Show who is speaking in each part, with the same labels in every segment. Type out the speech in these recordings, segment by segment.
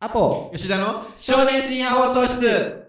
Speaker 1: アポ
Speaker 2: 吉田の少年深夜放送室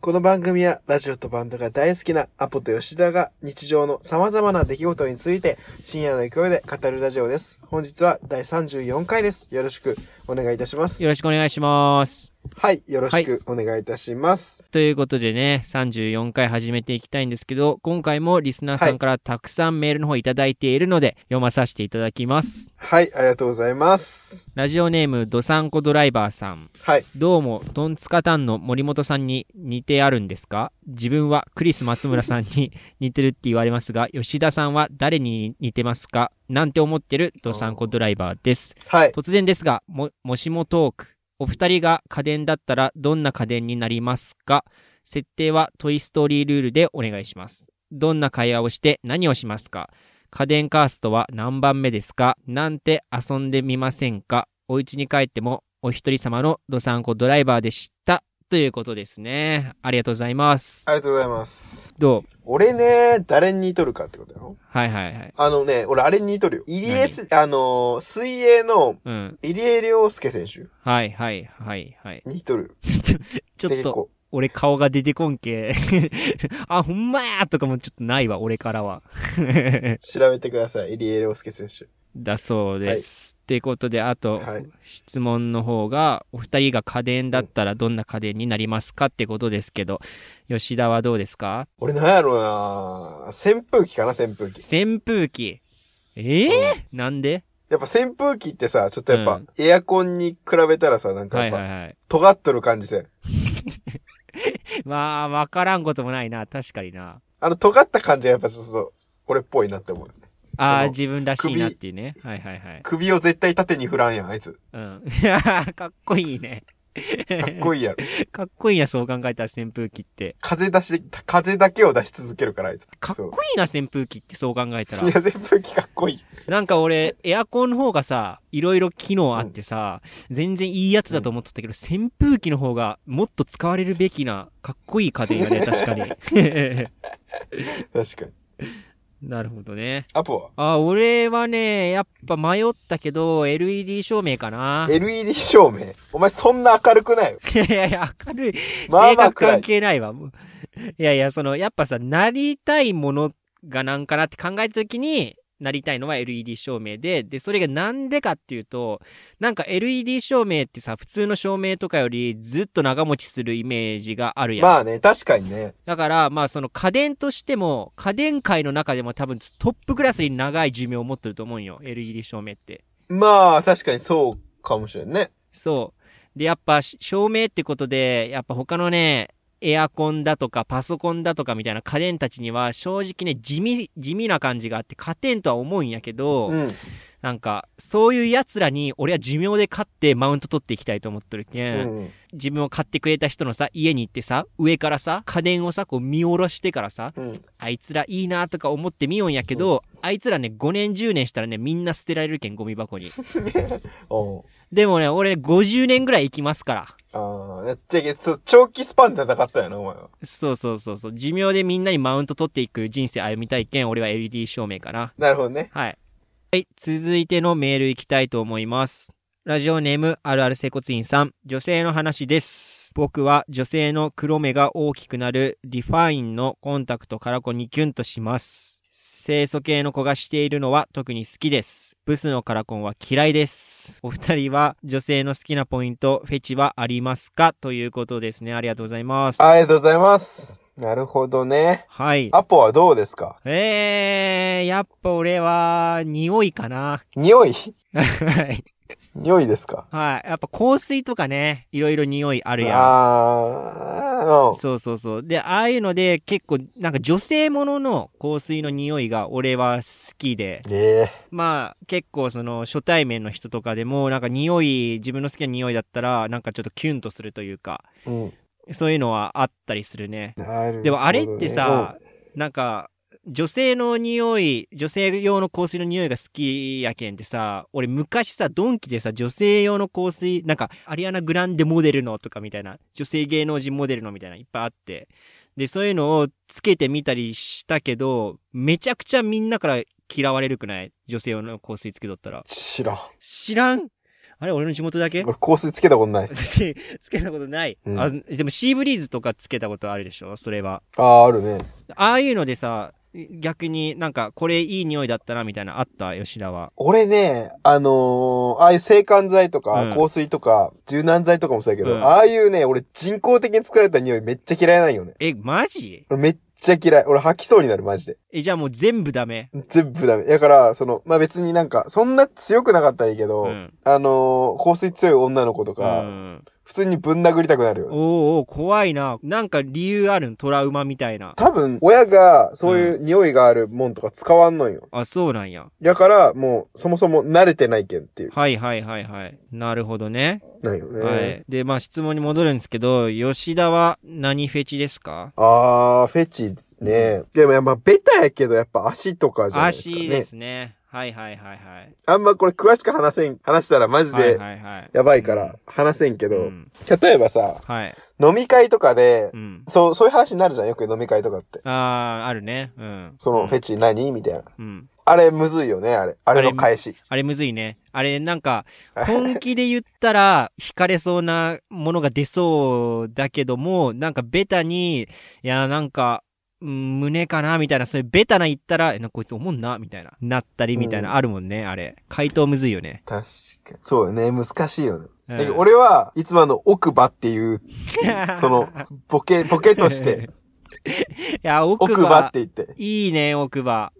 Speaker 3: この番組はラジオとバンドが大好きなアポと吉田が日常の様々な出来事について深夜の勢いで語るラジオです。本日は第34回です。よろしくお願いいたします。
Speaker 1: よろしくお願いします。
Speaker 3: はい、よろしくお願いいたします。
Speaker 1: ということでね、34回始めていきたいんですけど、今回もリスナーさんからたくさんメールの方いただいているので、読まさせていただきます。
Speaker 3: はい、ありがとうございます。
Speaker 1: ラジオネーム、どさんこドライバーさん。
Speaker 3: はい、
Speaker 1: どうも、トンツカタンの森本さんに似てあるんですか自分はクリス松村さんに 似てるって言われますが、吉田さんは誰に似てますかなんて思ってるドサンコドライバーです。
Speaker 3: はい。
Speaker 1: 突然ですが、も、もしもトーク。お二人が家電だったらどんな家電になりますか設定はトイストーリールールでお願いします。どんな会話をして何をしますか家電カーストは何番目ですかなんて遊んでみませんかお家に帰ってもお一人様のドサンコドライバーでした。ということですね。ありがとうございます
Speaker 3: あ。りがとうございます。
Speaker 1: どう
Speaker 3: 俺ね、誰に似とるかってことだろ
Speaker 1: はいはいはい。
Speaker 3: あのね、俺あれに似とるよ。入江す、あのー、水泳の
Speaker 1: うん。
Speaker 3: 入江良介選手
Speaker 1: はいはいはいはい。
Speaker 3: に似とるよ。
Speaker 1: ちょちょっ
Speaker 3: 結
Speaker 1: と。
Speaker 3: 構。
Speaker 1: 俺顔が出てこんけ。 あ、ほんまやとかもちょっとないわ、俺からは。
Speaker 3: 調べてください。入江良介選手。
Speaker 1: だそうです。ってことで、あと、
Speaker 3: はい
Speaker 1: 質問の方が、お二人が家電だったらどんな家電になりますかってことですけど、吉田はどうですか
Speaker 3: 俺なんやろうな扇風機かな、扇風機。
Speaker 1: 扇風機。ええなんで
Speaker 3: やっぱ扇風機ってさ、ちょっとやっぱ、
Speaker 1: うん
Speaker 3: エアコンに比べたらさ、なんか
Speaker 1: は
Speaker 3: やっ
Speaker 1: い
Speaker 3: ぱ、
Speaker 1: はいはい。
Speaker 3: 尖っとる感じで。
Speaker 1: まあ、わからんこともないな、確かにな。
Speaker 3: あの尖った感じがやっぱちょっと、俺っぽいなって思うよね。
Speaker 1: あ
Speaker 3: そ
Speaker 1: あ、
Speaker 3: の
Speaker 1: 自分らしいなっていうね。はいはいはい。
Speaker 3: 首を絶対縦に振らんやん、あいつ。
Speaker 1: うん。 かっこいいね。
Speaker 3: かっこいい やろ。
Speaker 1: かっこいいな、そう考えたら扇風機って。
Speaker 3: 風出しで、風だけを出し続けるから、あいつ。
Speaker 1: かっこ
Speaker 3: そう
Speaker 1: いいな、扇風機ってそう考えた
Speaker 3: いや、
Speaker 1: ら。
Speaker 3: 扇風機かっこいい。
Speaker 1: なんか俺、エアコンの方がさ、いろいろ機能あってさ、全然いいやつだと思っとったけど、扇風機の方がもっと使われるべきな、かっこいい家電 やね、確かに。
Speaker 3: 確かに。
Speaker 1: なるほどね。
Speaker 3: アポ
Speaker 1: あ、俺はね、やっぱ迷ったけど、LED 照明かな
Speaker 3: は。?LED 照明。お前そんな明るくないよ。
Speaker 1: いやいやいや、明るい。
Speaker 3: まあ
Speaker 1: 性
Speaker 3: まあ
Speaker 1: 格
Speaker 3: 暗
Speaker 1: 関
Speaker 3: い。
Speaker 1: 係ないわ。もういやいや、その、やっぱさ、なりたいものがなんかなって考えたときに、なりたいのは LED 照明で、で、それがなんでかっていうと、なんか LED 照明ってさ、普通の照明とかよりずっと長持ちするイメージがあるやん。
Speaker 3: まあね、確かにね。
Speaker 1: だから、まあその家電としても、家電界の中でも多分トップクラスに長い寿命を持ってると思うんよ、LED 照明って。
Speaker 3: まあ、確かにそうかもしれんね。
Speaker 1: そう。で、やっぱし照明ってことで、やっぱ他のね、エアコンだとかパソコンだとかみたいな家電たちには正直ね、地味、地味な感じがあって勝てんとは思うんやけど、
Speaker 3: うん。
Speaker 1: なんか、そういう奴らに俺は寿命で勝ってマウント取っていきたいと思っとるけ、
Speaker 3: うんん。
Speaker 1: 自分を買ってくれた人のさ、家に行ってさ、上からさ、家電をさ、こう見下ろしてからさ、
Speaker 3: うん。
Speaker 1: あいつらいいなとか思ってみようんやけど、あいつらね、5年10年したらね、みんな捨てられるけん、ゴミ箱に。
Speaker 3: おう
Speaker 1: でもね、俺50年ぐらい行きますから。
Speaker 3: ああ、やっちゃいけ、そう、長期スパンで戦ったよな、お前は。
Speaker 1: そうそうそうそう。寿命でみんなにマウント取っていく人生歩みたいけん、俺は LED 照明かな。
Speaker 3: なるほどね。
Speaker 1: はい。はい、続いてのメールいきたいと思います。ラジオネーム、あるある整骨院さん。女性の話です。僕は女性の黒目が大きくなるディファインのコンタクトからこにキュンとします。清楚系の子がしているのは特に好きです。ブスのカラコンは嫌いです。お二人は女性の好きなポイント、フェチはありますかということですね。ありがとうございます。
Speaker 3: ありがとうございます。なるほどね。
Speaker 1: はい。
Speaker 3: アポはどうですか
Speaker 1: えー、やっぱ俺は、匂いかな。
Speaker 3: 匂い
Speaker 1: はい。
Speaker 3: 匂いですか
Speaker 1: はい。やっぱ香水とかね、いろいろ匂いあるや
Speaker 3: ああ、うん
Speaker 1: ん。そうそうそう。で、ああいうので、結構、なんか女性ものの香水の匂いが俺は好きで、
Speaker 3: ええ
Speaker 1: まあ結構その初対面の人とかでも、なんか匂い、自分の好きな匂いだったら、なんかちょっとキュンとするというか、
Speaker 3: うん。
Speaker 1: そういうのはあったりするね。
Speaker 3: なるほどね
Speaker 1: でもあれってさ、、なんか、女性の匂い、女性用の香水の匂いが好きやけんってさ、俺昔さ、ドンキでさ、女性用の香水、なんか、アリアナ・グランデモデルのとかみたいな、女性芸能人モデルのみたいな、いっぱいあって。で、そういうのをつけてみたりしたけど、めちゃくちゃみんなから嫌われるくない女性用の香水つけとったら。
Speaker 3: うん知らん。
Speaker 1: 知らんあれ俺の地元だけ
Speaker 3: これ香水つけたことない。
Speaker 1: 私 つけたことない、
Speaker 3: うん
Speaker 1: あ。でもシーブリーズとかつけたことあるでしょそれは。
Speaker 3: ああ、あるね。
Speaker 1: ああいうのでさ、逆になんかこれいい匂いだったなみたいなあった吉田は。
Speaker 3: 俺ね、あのーああいう制汗剤と
Speaker 1: うん
Speaker 3: か、香水とか、柔軟剤とかもそうやけど、
Speaker 1: うん
Speaker 3: ああいうね、俺人工的に作られた匂いめっちゃ嫌いなんよね。
Speaker 1: え、マジ
Speaker 3: 俺めっちゃ嫌い。俺吐きそうになる、マジで。
Speaker 1: え、じゃあもう全部ダメ。
Speaker 3: 全部ダメ。だから、その、まあ、別になんか、そんな強くなかったらいいけど、
Speaker 1: うん。
Speaker 3: あのー香水強い女の子と
Speaker 1: う
Speaker 3: か、
Speaker 1: ん、
Speaker 3: 普通にぶん殴りたくなるよね。
Speaker 1: おーおー怖いな。なんか理由あるんトラウマみたいな。
Speaker 3: 多分、親が、そういう匂いがあるもんとか使わんのんよ。
Speaker 1: あ、そうなんや。
Speaker 3: だから、もう、そもそも慣れてないけんっていう。
Speaker 1: はいはいはいはい。なるほどね。
Speaker 3: なんよね。
Speaker 1: はい。で、まあ質問に戻るんですけど、吉田は何フェチですか
Speaker 3: あー、フェチね。でもやっぱベタやけど、やっぱ足とかじゃないですか、ね。
Speaker 1: 足ですね。はいはいはいはい。
Speaker 3: あんまこれ詳しく話せん、話したらマジ
Speaker 1: はい
Speaker 3: で
Speaker 1: はいはい。
Speaker 3: やばいから話せんけど、
Speaker 1: うん
Speaker 3: 例えばさ、
Speaker 1: はい。
Speaker 3: 飲み会とかで
Speaker 1: う、ん。
Speaker 3: そう、そういう話になるじゃん、よく飲み会とかって。
Speaker 1: あー、あるね。うん。
Speaker 3: そのフェ
Speaker 1: チ。
Speaker 3: チ何みたいな。
Speaker 1: うん。
Speaker 3: あれむずいよね、あれ。あれの返し。
Speaker 1: あれむずいね。あれなんか、本気で言ったら、惹かれそうなものが出そうだけども、なんかベタに、いや、なんか、うん胸かなみたいな、そういうベタな言ったら、え、なんかこいつ思んなみたいな、なったりみたいな、
Speaker 3: うん
Speaker 1: あるもんね、あれ。回答むずいよ ね。
Speaker 3: 確かに。そうよね、難しいよね。
Speaker 1: うん
Speaker 3: だけど俺はいつもあの奥歯って いう、そのボケ、ボケとして、
Speaker 1: いや、奥
Speaker 3: 奥
Speaker 1: 歯。
Speaker 3: 歯って言って。
Speaker 1: いいね、奥歯。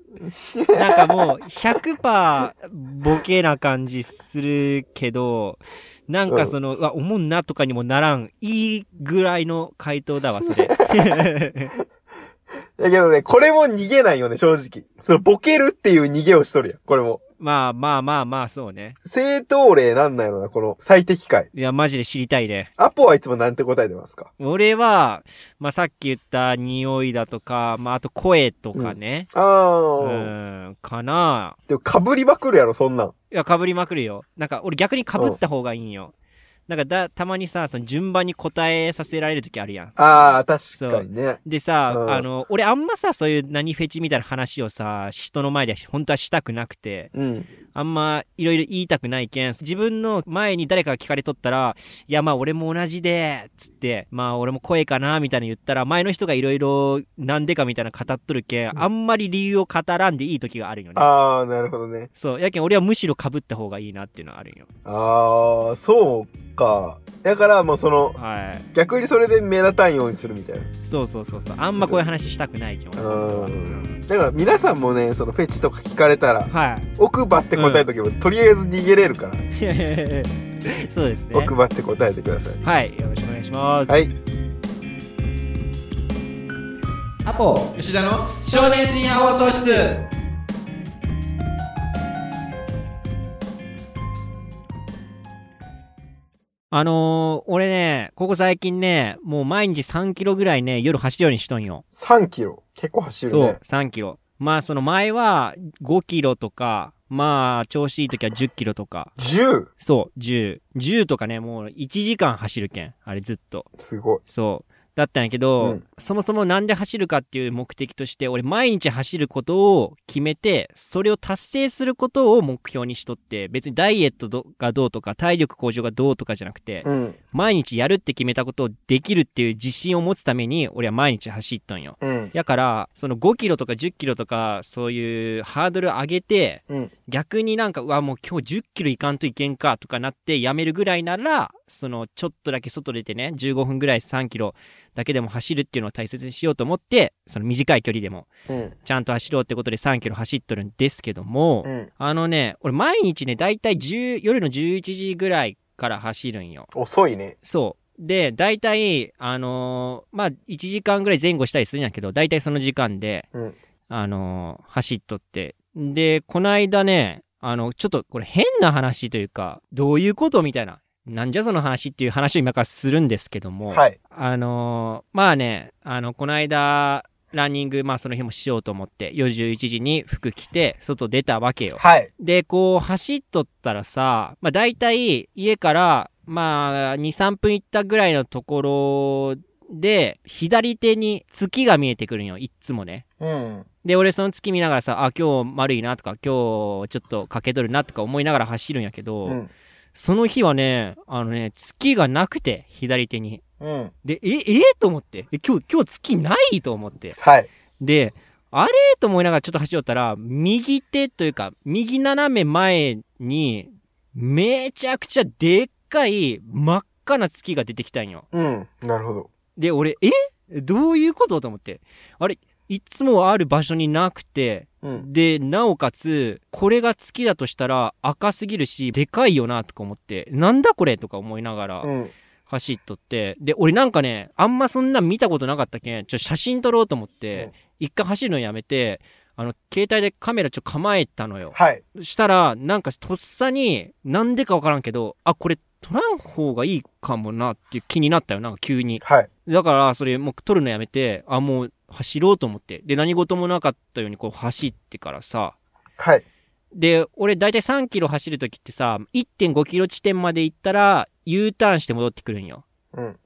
Speaker 1: なんかもう100%ボケな感じするけど、なんかその、うわ、おもんなとかにもならん、いいぐらいの回答だわ、それ。
Speaker 3: だけどね、これも逃げないよね、正直。そのボケるっていう逃げをしとるやん、これも。
Speaker 1: まあまあまあまあ、そうね。
Speaker 3: 正当例なんだろうな、この最適解。
Speaker 1: いや、マジで知りたいね。
Speaker 3: アポはいつもなんて答えてますか
Speaker 1: 俺は、まあさっき言った匂いだとか、まああと声とかね。
Speaker 3: あ
Speaker 1: う
Speaker 3: ー。
Speaker 1: ん、かな
Speaker 3: でも、かぶりまくるやろ、そんなん。
Speaker 1: いや、被りまくるよ。なんか、俺逆に被った方がいいんよ。なんかだ、たまにさ、その順番に答えさせられる時あるやん。
Speaker 3: あー、確かにね。
Speaker 1: でさ、
Speaker 3: うん
Speaker 1: あの、俺あんまさ、そういう何フェチみたいな話をさ、人の前で本当はしたくなくて、
Speaker 3: うん。
Speaker 1: あんまいろいろ言いたくないけん、自分の前に誰かが聞かれとったら、いやまあ俺も同じで、つって、まあ俺も声かな、みたいな言ったら、前の人がいろいろなんでかみたいな語っとるけん、
Speaker 3: うん
Speaker 1: あんまり理由を語らんでいい時があるよね。
Speaker 3: あー、なるほどね。
Speaker 1: そう。やけん俺はむしろ被った方がいいなっていうのはあるんよ。
Speaker 3: あー、そうか。だから、もうその、
Speaker 1: はい。
Speaker 3: 逆にそれで目立たんようにするみたいな。
Speaker 1: そうそうそうそう。あんまこういう話したくないけん。俺は
Speaker 3: うん。だから、皆さんもね、そのフェチとか聞かれたら、
Speaker 1: はい。
Speaker 3: 奥歯って答えとけば、とりあえず逃げれるから、
Speaker 1: そうですね。
Speaker 3: 奥歯って答えてください。
Speaker 1: はい、よろしくお願いします。
Speaker 3: はい。
Speaker 2: アポ吉田の少年深夜放送室
Speaker 1: あのー、俺ね、ここ最近ね、もう毎日3キロぐらいね、夜走るようにしとんよ。
Speaker 3: 3キロ結構走る
Speaker 1: そう
Speaker 3: ね、
Speaker 1: 3キロ。まあ、その前は5キロとか、まあ、調子いい時は10キロとか、
Speaker 3: 10
Speaker 1: そう、10。10とかね、もう1時間走るけん。あれずっと。
Speaker 3: すごい
Speaker 1: そう。だったんやけど、
Speaker 3: うん
Speaker 1: そもそもなんで走るかっていう目的として、俺毎日走ることを決めて、それを達成することを目標にしとって、別にダイエットどがどうとか、体力向上がどうとかじゃなくて、
Speaker 3: うん
Speaker 1: 毎日やるって決めたことをできるっていう自信を持つために、俺は毎日走っとんよ。
Speaker 3: うん
Speaker 1: やから、その5キロとか10キロとか、そういうハードル上げて、
Speaker 3: うん
Speaker 1: 逆になんか、うわ、もう今日10キロいかんといけんかとかなってやめるぐらいなら、そのちょっとだけ外出てね、15分ぐらい3キロだけでも走るっていうのを大切にしようと思って、その短い距離でも、
Speaker 3: うん
Speaker 1: ちゃんと走ろうってことで3キロ走っとるんですけども、
Speaker 3: うん
Speaker 1: あのね、俺毎日ね、だいたい10夜の11時ぐらいから走るんよ。
Speaker 3: 遅いね
Speaker 1: そう。で、大体、あのーまあ、1時間ぐらい前後したりするんやけど、大体その時間で、
Speaker 3: うん
Speaker 1: あのー走っとって。で、この間ね、あの、ちょっとこれ変な話というか、どういうことみたいな。なんじゃその話っていう話を今からするんですけども、
Speaker 3: はい
Speaker 1: あのーまあね、あの、この間、ランニング、まあその日もしようと思って、夜11時に服着て、外出たわけよ。
Speaker 3: はい
Speaker 1: で、こう、走っとったらさ、まあ、大体、家から、まあ、2、3分行ったぐらいのところで、左手に月が見えてくるんよ、いっつもね。
Speaker 3: うん
Speaker 1: で、俺その月見ながらさ、あ、今日丸いなとか、今日ちょっと欠けとるなとか思いながら走るんやけど、
Speaker 3: うん
Speaker 1: その日はね、あのね、月がなくて、左手に。
Speaker 3: うん。
Speaker 1: で、え、ええと思って。え今日、今日月ないと思って。
Speaker 3: はい。
Speaker 1: で、あれと思いながらちょっと走り寄ったら、右手というか、右斜め前に、めちゃくちゃでっかい真っ赤な月が出てきたんよ。
Speaker 3: うん。なるほど。
Speaker 1: で、俺、えどういうことと思って。あれ、いつもある場所になくて、
Speaker 3: うん。
Speaker 1: で、なおかつ、これが月だとしたら赤すぎるし、でかいよな、とか思って、なんだこれとか思いながら
Speaker 3: うん。
Speaker 1: 走っとって、で、俺なんかね、あんまそんな見たことなかったけん、ちょ、写真撮ろうと思って、
Speaker 3: うん
Speaker 1: 一回走るのやめて、あの、携帯でカメラちょ、構えたのよ。
Speaker 3: はい。
Speaker 1: したら、なんかとっさに、なんでかわからんけど、あ、これ撮らん方がいいかもなっていう気になったよ、なんか急に。
Speaker 3: はい。
Speaker 1: だから、それ、もう撮るのやめて、あ、もう走ろうと思って。で、何事もなかったように、こう走ってからさ。
Speaker 3: はい。
Speaker 1: で、俺、だいたい3キロ走るときってさ、1.5キロ地点まで行ったら、U ターンして戻ってくるんよ。
Speaker 3: うん。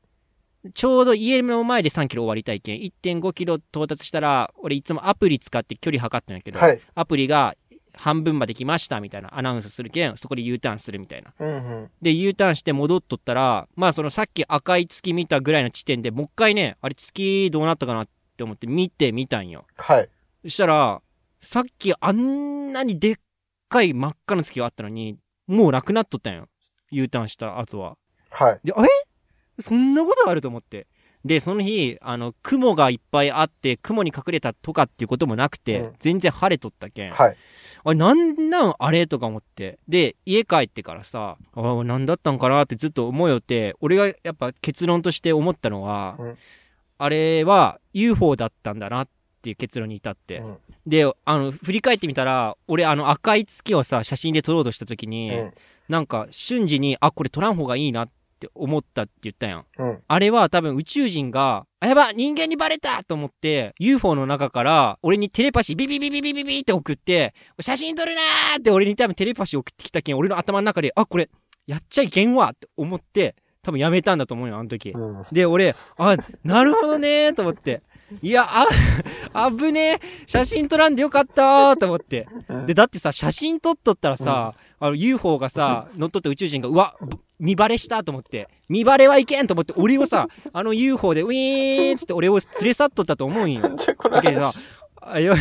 Speaker 1: ちょうど家の前で3キロ終わりたいけん、1.5キロ到達したら、俺いつもアプリ使って距離測ってんやけど、
Speaker 3: はい。
Speaker 1: アプリが半分まで来ましたみたいなアナウンスするけん、そこで U ターンするみたいな。
Speaker 3: うんうん。
Speaker 1: で、U ターンして戻っとったら、まあそのさっき赤い月見たぐらいの地点でもう一回ね、あれ月どうなったかなって思って見てみたんよ。
Speaker 3: はい。
Speaker 1: そしたら、さっきあんなにでっかい真っ赤な月があったのに、もうなくなっとったんよ。U ターンした後は。
Speaker 3: はい。
Speaker 1: で、あれそんなことあると思って。で、その日、あの、雲がいっぱいあって、雲に隠れたとかっていうこともなくて、
Speaker 3: うん
Speaker 1: 全然晴れとったけん。
Speaker 3: はい。
Speaker 1: あれ、なんなんあれとか思って。で、家帰ってからさ、ああ、なんだったんかなってずっと思うよって、俺がやっぱ結論として思ったのは、
Speaker 3: うん
Speaker 1: あれは UFO だったんだなっていう結論に至って。
Speaker 3: うん
Speaker 1: で、あの、振り返ってみたら、俺あの赤い月をさ、写真で撮ろうとした時
Speaker 3: う
Speaker 1: に、
Speaker 3: ん。
Speaker 1: なんか瞬時に、あ、これ撮らん方がいいなって思ったって言ったやん。
Speaker 3: うん。
Speaker 1: あれは多分宇宙人が、あ、やば人間にバレたと思って、UFO の中から、俺にテレパシービビビビビビビって送って、写真撮るなーって俺に多分テレパシー送ってきたけん、俺の頭の中で、あ、これ、やっちゃいけんわって思って、多分やめたんだと思うよ、あの時。
Speaker 3: うん。
Speaker 1: で、俺、あ、なるほどねーと思って。いや、あ、ぶねえ。写真撮らんでよかったーと思って。で、だってさ、写真撮っとったらさ、あの、UFO がさ、乗っとった宇宙人が、うわ、ぶ見バレしたと思って、見バレはいけんと思って、俺をさ、あの UFO で、ウィーンっつって俺を連れ去っとったと思うんよ。
Speaker 3: じゃ、こ
Speaker 1: だけど、 あよ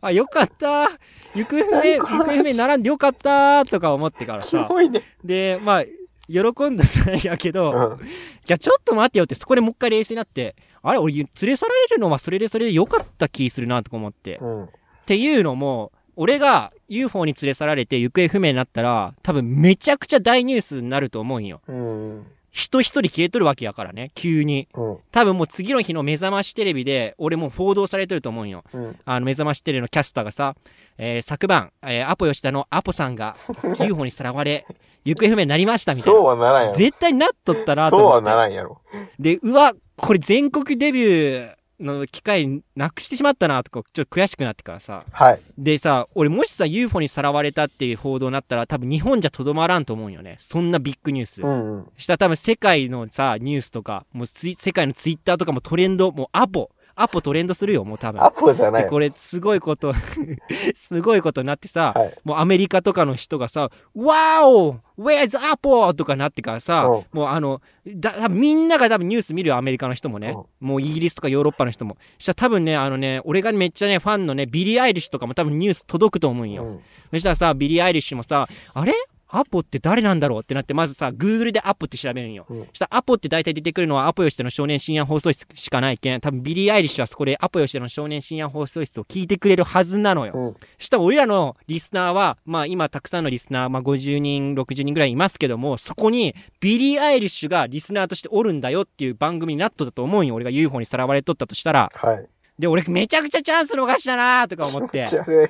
Speaker 1: あよかったー行方不明、行方不明にならんでよかったーとか思ってからさ、
Speaker 3: いね。
Speaker 1: で、まあ、喜んだんやけど、
Speaker 3: うん。
Speaker 1: じゃあちょっと待ってよってそこでもう一回冷静になってあれ俺連れ去られるのはそれでそれで良かった気するなとか思って、っ
Speaker 3: うん。
Speaker 1: ていうのも俺が UFO に連れ去られて行方不明になったら多分めちゃくちゃ大ニュースになると思うんよ
Speaker 3: うん。
Speaker 1: 人一人消えとるわけやからね急に
Speaker 3: うん。
Speaker 1: 多分もう次の日の目覚ましテレビで俺もう報道されてると思うんよ
Speaker 3: うん。
Speaker 1: あの目覚ましテレビのキャスターがさ、えー昨晩、えーアポ吉田のアポさんが UFO にさらわれ行方不明になりましたみたい
Speaker 3: そう
Speaker 1: な
Speaker 3: はならんや
Speaker 1: 絶対なっとった
Speaker 3: ろ。
Speaker 1: なと
Speaker 3: そう
Speaker 1: 思
Speaker 3: は
Speaker 1: って
Speaker 3: ならんやろ。
Speaker 1: で、うわ、これ全国デビューの機会なくしてしまったなとか、ちょっと悔しくなってからさ。
Speaker 3: はい。
Speaker 1: でさ、俺もしさ、UFO にさらわれたっていう報道になったら、多分日本じゃとどまらんと思うんよね。そんなビッグニュース。
Speaker 3: うん。うん。
Speaker 1: したら多分世界のさ、ニュースとか、もうツイ世界のツイッターとかもトレンド、もうアポ、アポトレンドするよ、もう多分
Speaker 3: ア。ポじゃない
Speaker 1: で、。これすごいこと、 すごいことになってさ、
Speaker 3: はい。
Speaker 1: もうアメリカとかの人がさ、わお !Where's Apple? とかなってからさ、
Speaker 3: うん
Speaker 1: もうあの、だ、多分みんなが多分ニュース見るよ、アメリカの人もね。もうイギリスとかヨーロッパの人も。したら多分ね、あのね、俺がめっちゃね、ファンのね、ビリー・アイリッシュとかも多分ニュース届くと思うんよ。
Speaker 3: うん
Speaker 1: そしたらさ、ビリー・アイリッシュもさ、あれアポって誰なんだろうってなって、まずさ、Google でアポって調べるんよ。
Speaker 3: うん
Speaker 1: そしたらアポって大体出てくるのはアポ吉田の少年深夜放送室しかないけん、多分ビリー・アイリッシュはそこでアポ吉田の少年深夜放送室を聞いてくれるはずなのよ。
Speaker 3: うん。
Speaker 1: したら俺らのリスナーは、まあ今たくさんのリスナー、まあ50人、60人ぐらいいますけども、そこにビリー・アイリッシュがリスナーとしておるんだよっていう番組になっとったと思うんよ。俺が UFO にさらわれとったとしたら。
Speaker 3: はい。
Speaker 1: で、俺めちゃくちゃチャンス逃したなーとか思っ
Speaker 3: 気
Speaker 1: て
Speaker 3: 持ち。悪い。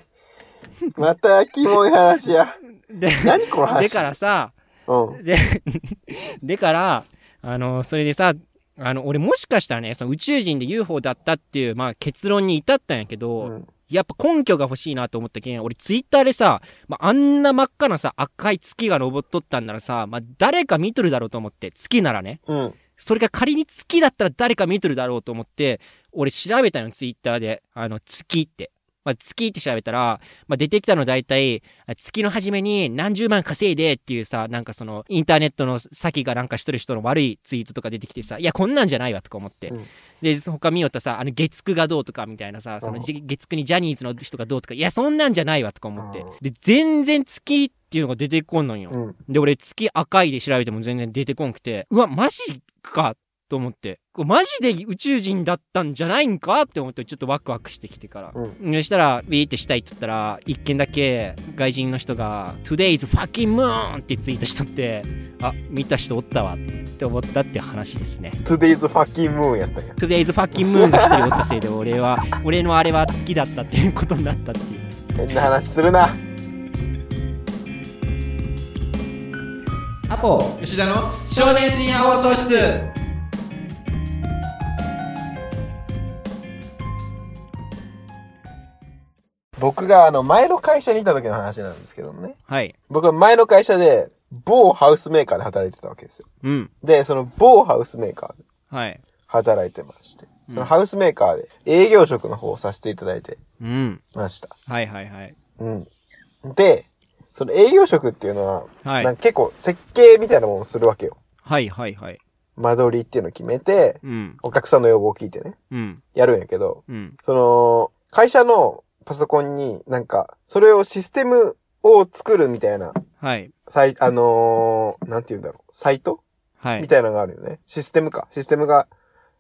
Speaker 3: また、キモい話や。
Speaker 1: で、
Speaker 3: 何この話。
Speaker 1: でからさ、
Speaker 3: うん。
Speaker 1: で、でから、あの、それでさ、あの、俺もしかしたらね、その宇宙人で UFO だったっていう、まあ結論に至ったんやけど、
Speaker 3: うん。
Speaker 1: やっぱ根拠が欲しいなと思ったけん、俺ツイッターでさ、まあ、あんな真っ赤なさ、赤い月が登っとったんならさ、まあ、誰か見とるだろうと思って、月ならね。
Speaker 3: うん。
Speaker 1: それが仮に月だったら誰か見とるだろうと思って、俺調べたのツイッターで、あの、月って。まあ、月って調べたら、まあ、出てきたの大体、月の初めに何十万稼いでっていうさ、なんかその、インターネットの先がなんかしとる人の悪いツイートとか出てきてさ、いや、こんなんじゃないわとか思って。
Speaker 3: うん
Speaker 1: で、他見よったさ、あの、月9がどうとかみたいなさ、そのじ月9にジャニーズの人がどうとか、いや、そんなんじゃないわとか思って
Speaker 3: あ。
Speaker 1: で、全然月っていうのが出てこんのんよ。
Speaker 3: うん。
Speaker 1: で、俺、月赤いで調べても全然出てこんくて、うわ、マジかと思って、これマジで宇宙人だったんじゃないんかって思って、ちょっとワクワクしてきてから。
Speaker 3: うん。
Speaker 1: そしたら、ビーってしたいって言ったら、一件だけ外人の人が、Today's fucking moon! ってツイートしとって、あ、見た人おったわって思ったって話ですね。
Speaker 3: Today's fucking moon やったんや。
Speaker 1: Today's fucking moon が一人おったせいで、俺は、俺のあれは月だったっていうことになったってい
Speaker 3: 変
Speaker 1: う。
Speaker 3: な話するな。
Speaker 2: アポ吉田の少年深夜放送室
Speaker 3: 僕があの前の会社にいた時の話なんですけどね。
Speaker 1: はい。
Speaker 3: 僕は前の会社で某ハウスメーカーで働いてたわけですよ。
Speaker 1: うん。
Speaker 3: で、その某ハウスメーカーで
Speaker 1: はい。
Speaker 3: 働いてまして、そのハウスメーカーで営業職の方をさせていただいて
Speaker 1: うん。
Speaker 3: ました。
Speaker 1: はいはいはい。
Speaker 3: うん。で、その営業職っていうのは、
Speaker 1: はい
Speaker 3: なんか結構設計みたいなものをするわけよ。
Speaker 1: はいはいはい。
Speaker 3: 間取りっていうのを決めて、
Speaker 1: うん。
Speaker 3: お客さんの要望を聞いてね、
Speaker 1: うん。
Speaker 3: やるんやけど、
Speaker 1: うん。
Speaker 3: その、会社のパソコンになんか、それをシステムを作るみたいな
Speaker 1: はい。
Speaker 3: サイ、あのーなんて言うんだろう、サイト
Speaker 1: は
Speaker 3: み
Speaker 1: い。
Speaker 3: たいなのがあるよね。システムか。システムが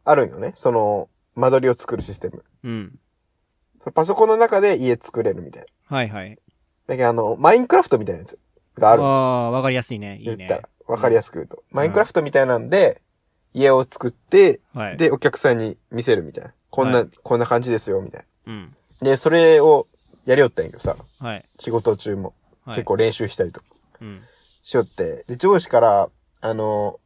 Speaker 3: あるんよね。その、間取りを作るシステム。
Speaker 1: うん。
Speaker 3: それパソコンの中で家作れるみたいな。
Speaker 1: はいはい。
Speaker 3: だけど、あの、マインクラフトみたいなやつが
Speaker 1: あ
Speaker 3: あ
Speaker 1: あ
Speaker 3: る。
Speaker 1: ー、わかりやすいね。い
Speaker 3: 言
Speaker 1: い
Speaker 3: っ
Speaker 1: ね
Speaker 3: た。ら。わかりやすく言うと。マインクラフトみたいなんで、家を作って、
Speaker 1: はい。
Speaker 3: で、お客さんに見せるみたいな。こんな、
Speaker 1: は
Speaker 3: こんな感じですよ、みたい
Speaker 1: うん。
Speaker 3: な。で、それをやりよったんやけどさ、
Speaker 1: はい。
Speaker 3: 仕事中も。
Speaker 1: はい。
Speaker 3: 結構練習したりとか
Speaker 1: うん。
Speaker 3: しよって。で、上司から、あの、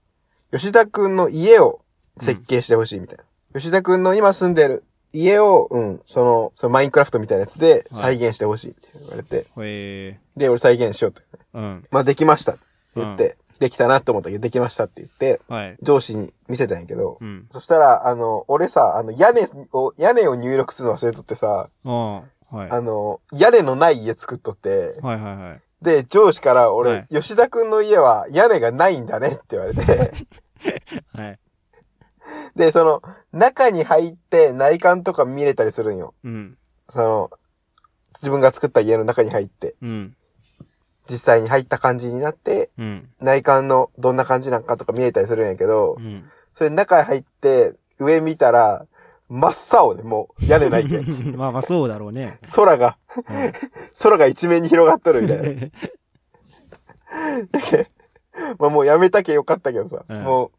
Speaker 3: 吉田くんの家を設計してほしいみたいな。吉田くんの今住んでる家を、うん、その、そのマインクラフトみたいなやつで再現してほしいって言われて、
Speaker 1: へえ。
Speaker 3: で、俺再現しようと。
Speaker 1: うん。
Speaker 3: まあ、できましたって言って、できたなと思ったけど、できましたって言って、
Speaker 1: はい。
Speaker 3: 上司に見せたんやけど、
Speaker 1: うん。
Speaker 3: そしたら、あの、俺さ、あの、屋根を、屋根を入力するの忘れとってさ、
Speaker 1: ああ。はい。
Speaker 3: あの、屋根のない家作っとって、
Speaker 1: はいはいはい。
Speaker 3: で、上司から俺、
Speaker 1: はい
Speaker 3: 吉田くんの家は屋根がないんだねって言われ て、
Speaker 1: はい。
Speaker 3: で、その、中に入って内観とか見れたりするんよ。
Speaker 1: うん。
Speaker 3: その、自分が作った家の中に入って、
Speaker 1: うん。
Speaker 3: 実際に入った感じになって、
Speaker 1: うん。
Speaker 3: 内観のどんな感じなんかとか見えたりするんやけど、
Speaker 1: うん。
Speaker 3: それ中へ入って、上見たら、真っ青ね、もう、屋根ない け。
Speaker 1: まあまあそうだろうね。
Speaker 3: 空が、
Speaker 1: うん
Speaker 3: 空が一面に広がっとるみたいな。まあもうやめたけよかったけどさ。
Speaker 1: うん
Speaker 3: もう、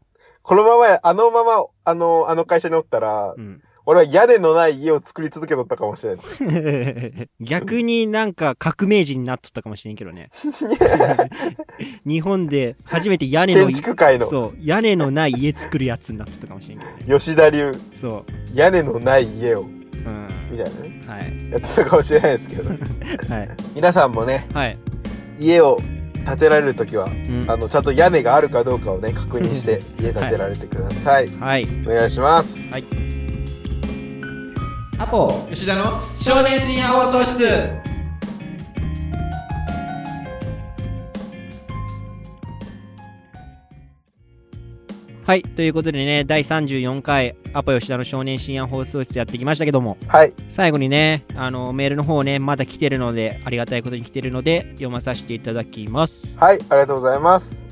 Speaker 3: このままや、あのまま、あの、あの会社におったら、
Speaker 1: うん。
Speaker 3: 俺は屋根のない家を作り続けとったかもしれない。
Speaker 1: 逆になんか革命児になっとったかもしれんけどね。 日本で初めて屋根の
Speaker 3: 建築界の
Speaker 1: そう屋根のない家作るやつになっとったかもしれんけどね。
Speaker 3: 吉田流、
Speaker 1: そ
Speaker 3: 屋根のない家を、
Speaker 1: う。うん。
Speaker 3: みたいなね、
Speaker 1: はい。
Speaker 3: やってたかもしれないですけ ど。
Speaker 1: はい。
Speaker 3: 皆さんもね、
Speaker 1: はい。
Speaker 3: 家を建てられるときは、
Speaker 1: うん
Speaker 3: あの、ちゃんと屋根があるかどうかをね、確認 して家建てられてください。
Speaker 1: はい。
Speaker 3: お願いします。
Speaker 1: はい
Speaker 2: アポ吉田の少年深夜放送室
Speaker 1: はい。ということでね、第34回、アポ吉田の少年深夜放送室やってきましたけども、
Speaker 3: はい。
Speaker 1: 最後にね、あの、メールの方ね、まだ来てるので、ありがたいことに来てるので、読まさせていただきます。
Speaker 3: はい、ありがとうございます。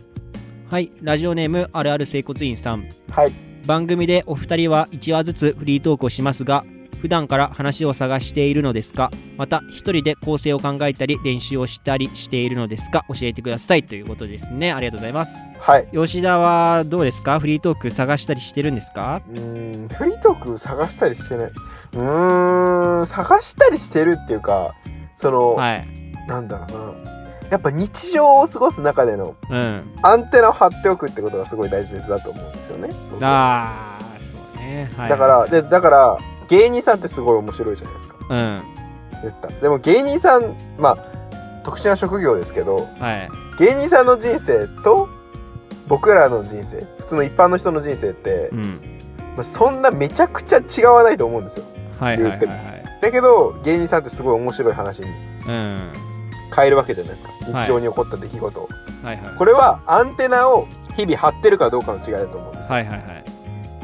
Speaker 1: はい。ラジオネーム、あるある整骨院さん。
Speaker 3: はい。
Speaker 1: 番組でお二人は1話ずつフリートークをしますが、普段から話を探しているのですかまた、一人で構成を考えたり、練習をしたりしているのですか教えてください。ということですね。ありがとうございます。
Speaker 3: はい。
Speaker 1: 吉田はどうですかフリートーク探したりしてるんですか
Speaker 3: うーん、フリートーク探したりしてないうーん探したりしてるっていうかその、
Speaker 1: はい。
Speaker 3: なんだろうなやっぱ日常を過ごす中での
Speaker 1: うん。
Speaker 3: アンテナを張っておくってことがすごい大事だと思うんですよね僕は
Speaker 1: ああ、そうね。はい。
Speaker 3: だからでだから芸人さんってすごい面白いじゃないですか
Speaker 1: うん。
Speaker 3: 言ったでも芸人さんまあ特殊な職業ですけど
Speaker 1: はい。
Speaker 3: 芸人さんの人生と僕らの人生普通の一般の人の人生って
Speaker 1: う、ん。
Speaker 3: まあそんなめちゃくちゃ違わないと思うんですよ
Speaker 1: はいはいはい、はい。
Speaker 3: だけど芸人さんってすごい面白い話に
Speaker 1: うん。
Speaker 3: 変えるわけじゃないですか
Speaker 1: はい
Speaker 3: 日常に起こった出来事を、
Speaker 1: はいはい。
Speaker 3: これはアンテナを日々張ってるかどうかの違いだと思うんです、
Speaker 1: はいはいは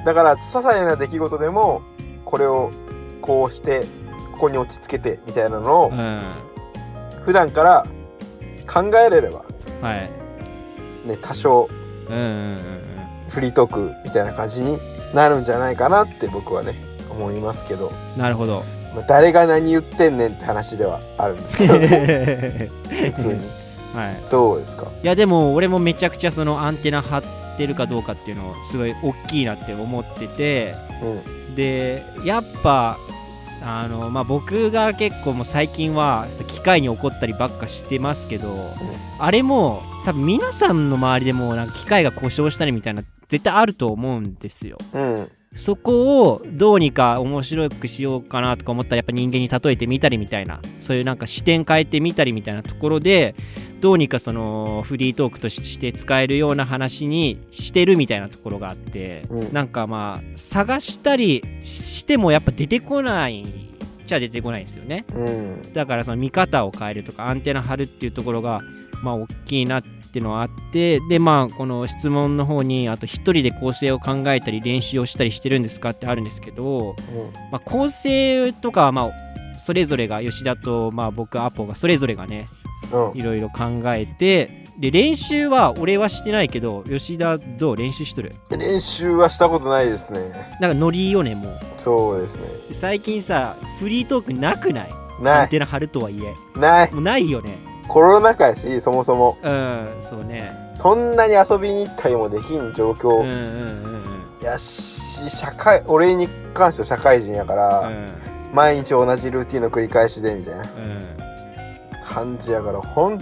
Speaker 1: い。
Speaker 3: だから些細な出来事でもこれをこうしてここに落ち着けてみたいなのを
Speaker 1: うん。
Speaker 3: 普段から考えれれば
Speaker 1: はい。
Speaker 3: ね多少
Speaker 1: うんうんうん
Speaker 3: フリートークみたいな感じになるんじゃないかなって僕はね思いますけど、
Speaker 1: うん。なるほど。
Speaker 3: まあ、誰が何言ってんねんって話ではあるんですけ どね普通に
Speaker 1: はい。
Speaker 3: どうですか
Speaker 1: いやでも俺もめちゃくちゃそのアンテナ張ってるかどうかっていうのをすごい大きいなって思ってて
Speaker 3: う
Speaker 1: でやっぱあのまあ僕が結構もう最近は機械に怒ったりばっかしてますけど、あれも多分皆さんの周りでもなんか機械が故障したりみたいな絶対あると思うんですよ。
Speaker 3: んうん
Speaker 1: そこをどうにか面白くしようかなとか思ったらやっぱ人間に例えてみたりみたいなそういうなんか視点変えてみたりみたいなところでどうにかそのフリートークとして使えるような話にしてるみたいなところがあって、
Speaker 3: うん
Speaker 1: なんかまあ探したりしてもやっぱ出てこないっちゃ出てこないんですよね。
Speaker 3: うん
Speaker 1: だからその見方を変えるとかアンテナ張るっていうところがまあ大きいなっていうのはあってでまあこの質問の方にあと一人で構成を考えたり練習をしたりしてるんですかってあるんですけど、まあ、構成とかはまあそれぞれが吉田とまあ僕アポがそれぞれがね
Speaker 3: うんうん
Speaker 1: いろいろ考えてで練習は俺はしてないけど吉田どう練習しとる
Speaker 3: 練習はしたことないですね
Speaker 1: なんかノリよねもう
Speaker 3: そうですね
Speaker 1: 最近さフリートークなくないア
Speaker 3: な
Speaker 1: ン
Speaker 3: い
Speaker 1: テナ張るとはいえ
Speaker 3: ない
Speaker 1: もうないよね
Speaker 3: コロナ禍やしそもそも
Speaker 1: うんそうね
Speaker 3: そんなに遊びに行ったりもできん状況、
Speaker 1: うんうんうんうん
Speaker 3: いやし社会俺に関しては社会人やから、毎日同じルーティンの繰り返しでみたいな
Speaker 1: うんうん
Speaker 3: 感じやから本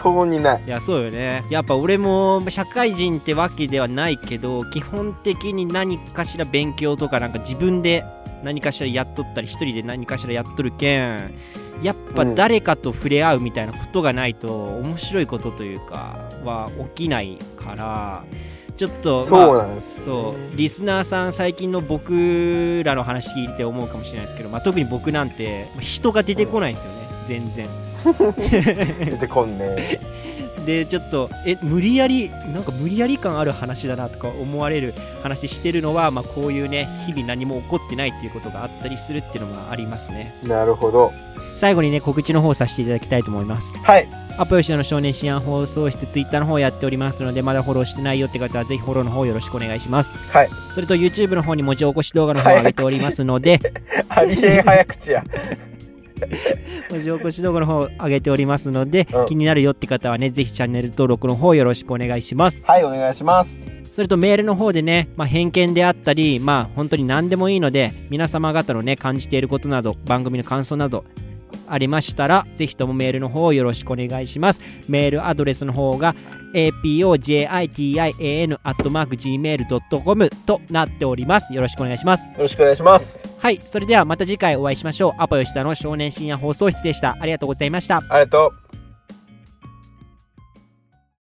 Speaker 3: 当にない
Speaker 1: いやそうよねやっぱ俺も社会人ってわけではないけど基本的に何かしら勉強とかなんか自分で何かしらやっとったり一人で何かしらやっとるけんやっぱ
Speaker 3: うん
Speaker 1: 誰かと触れ合うみたいなことがないと面白いことというかは起きないからちょっとまあ
Speaker 3: そう なんですよ
Speaker 1: そ
Speaker 3: ね、
Speaker 1: うリスナーさん最近の僕らの話聞いて思うかもしれないですけど、まあ、特に僕なんてまあ人が出てこないんですよね、全然
Speaker 3: 出てこんね
Speaker 1: でちょっとえ無理やりなんか無理やり感ある話だなとか思われる話してるのは、まあ、こういうね日々何も起こってないっていうことがあったりするっていうのもありますね
Speaker 3: なるほど
Speaker 1: 最後にね告知の方させていただきたいと思います
Speaker 3: はい
Speaker 1: アポヨシの少年新案放送室ツイッターの方やっておりますのでまだフォローしてないよって方はぜひフォローの方よろしくお願いします
Speaker 3: はい
Speaker 1: それと YouTube の方に文字起こし動画の方を上げておりますので
Speaker 3: ありえん早口や
Speaker 1: 文字起こし動画の方を上げておりますので、
Speaker 3: うん
Speaker 1: 気になるよって方はねぜひチャンネル登録の方よろしくお願いします
Speaker 3: はいお願いします
Speaker 1: それとメールの方でね、まあ、偏見であったりまあ本当に何でもいいので皆様方のね感じていることなど番組の感想などありましたらぜひともメールの方よろしくお願いしますメールアドレスの方が apojitian.gmail.com となっておりますよろしくお願いします
Speaker 3: よろしくお願いします
Speaker 1: はいそれではまた次回お会いしましょうアポ吉田の少年深夜放送室でしたありがとうございました
Speaker 3: ありがとう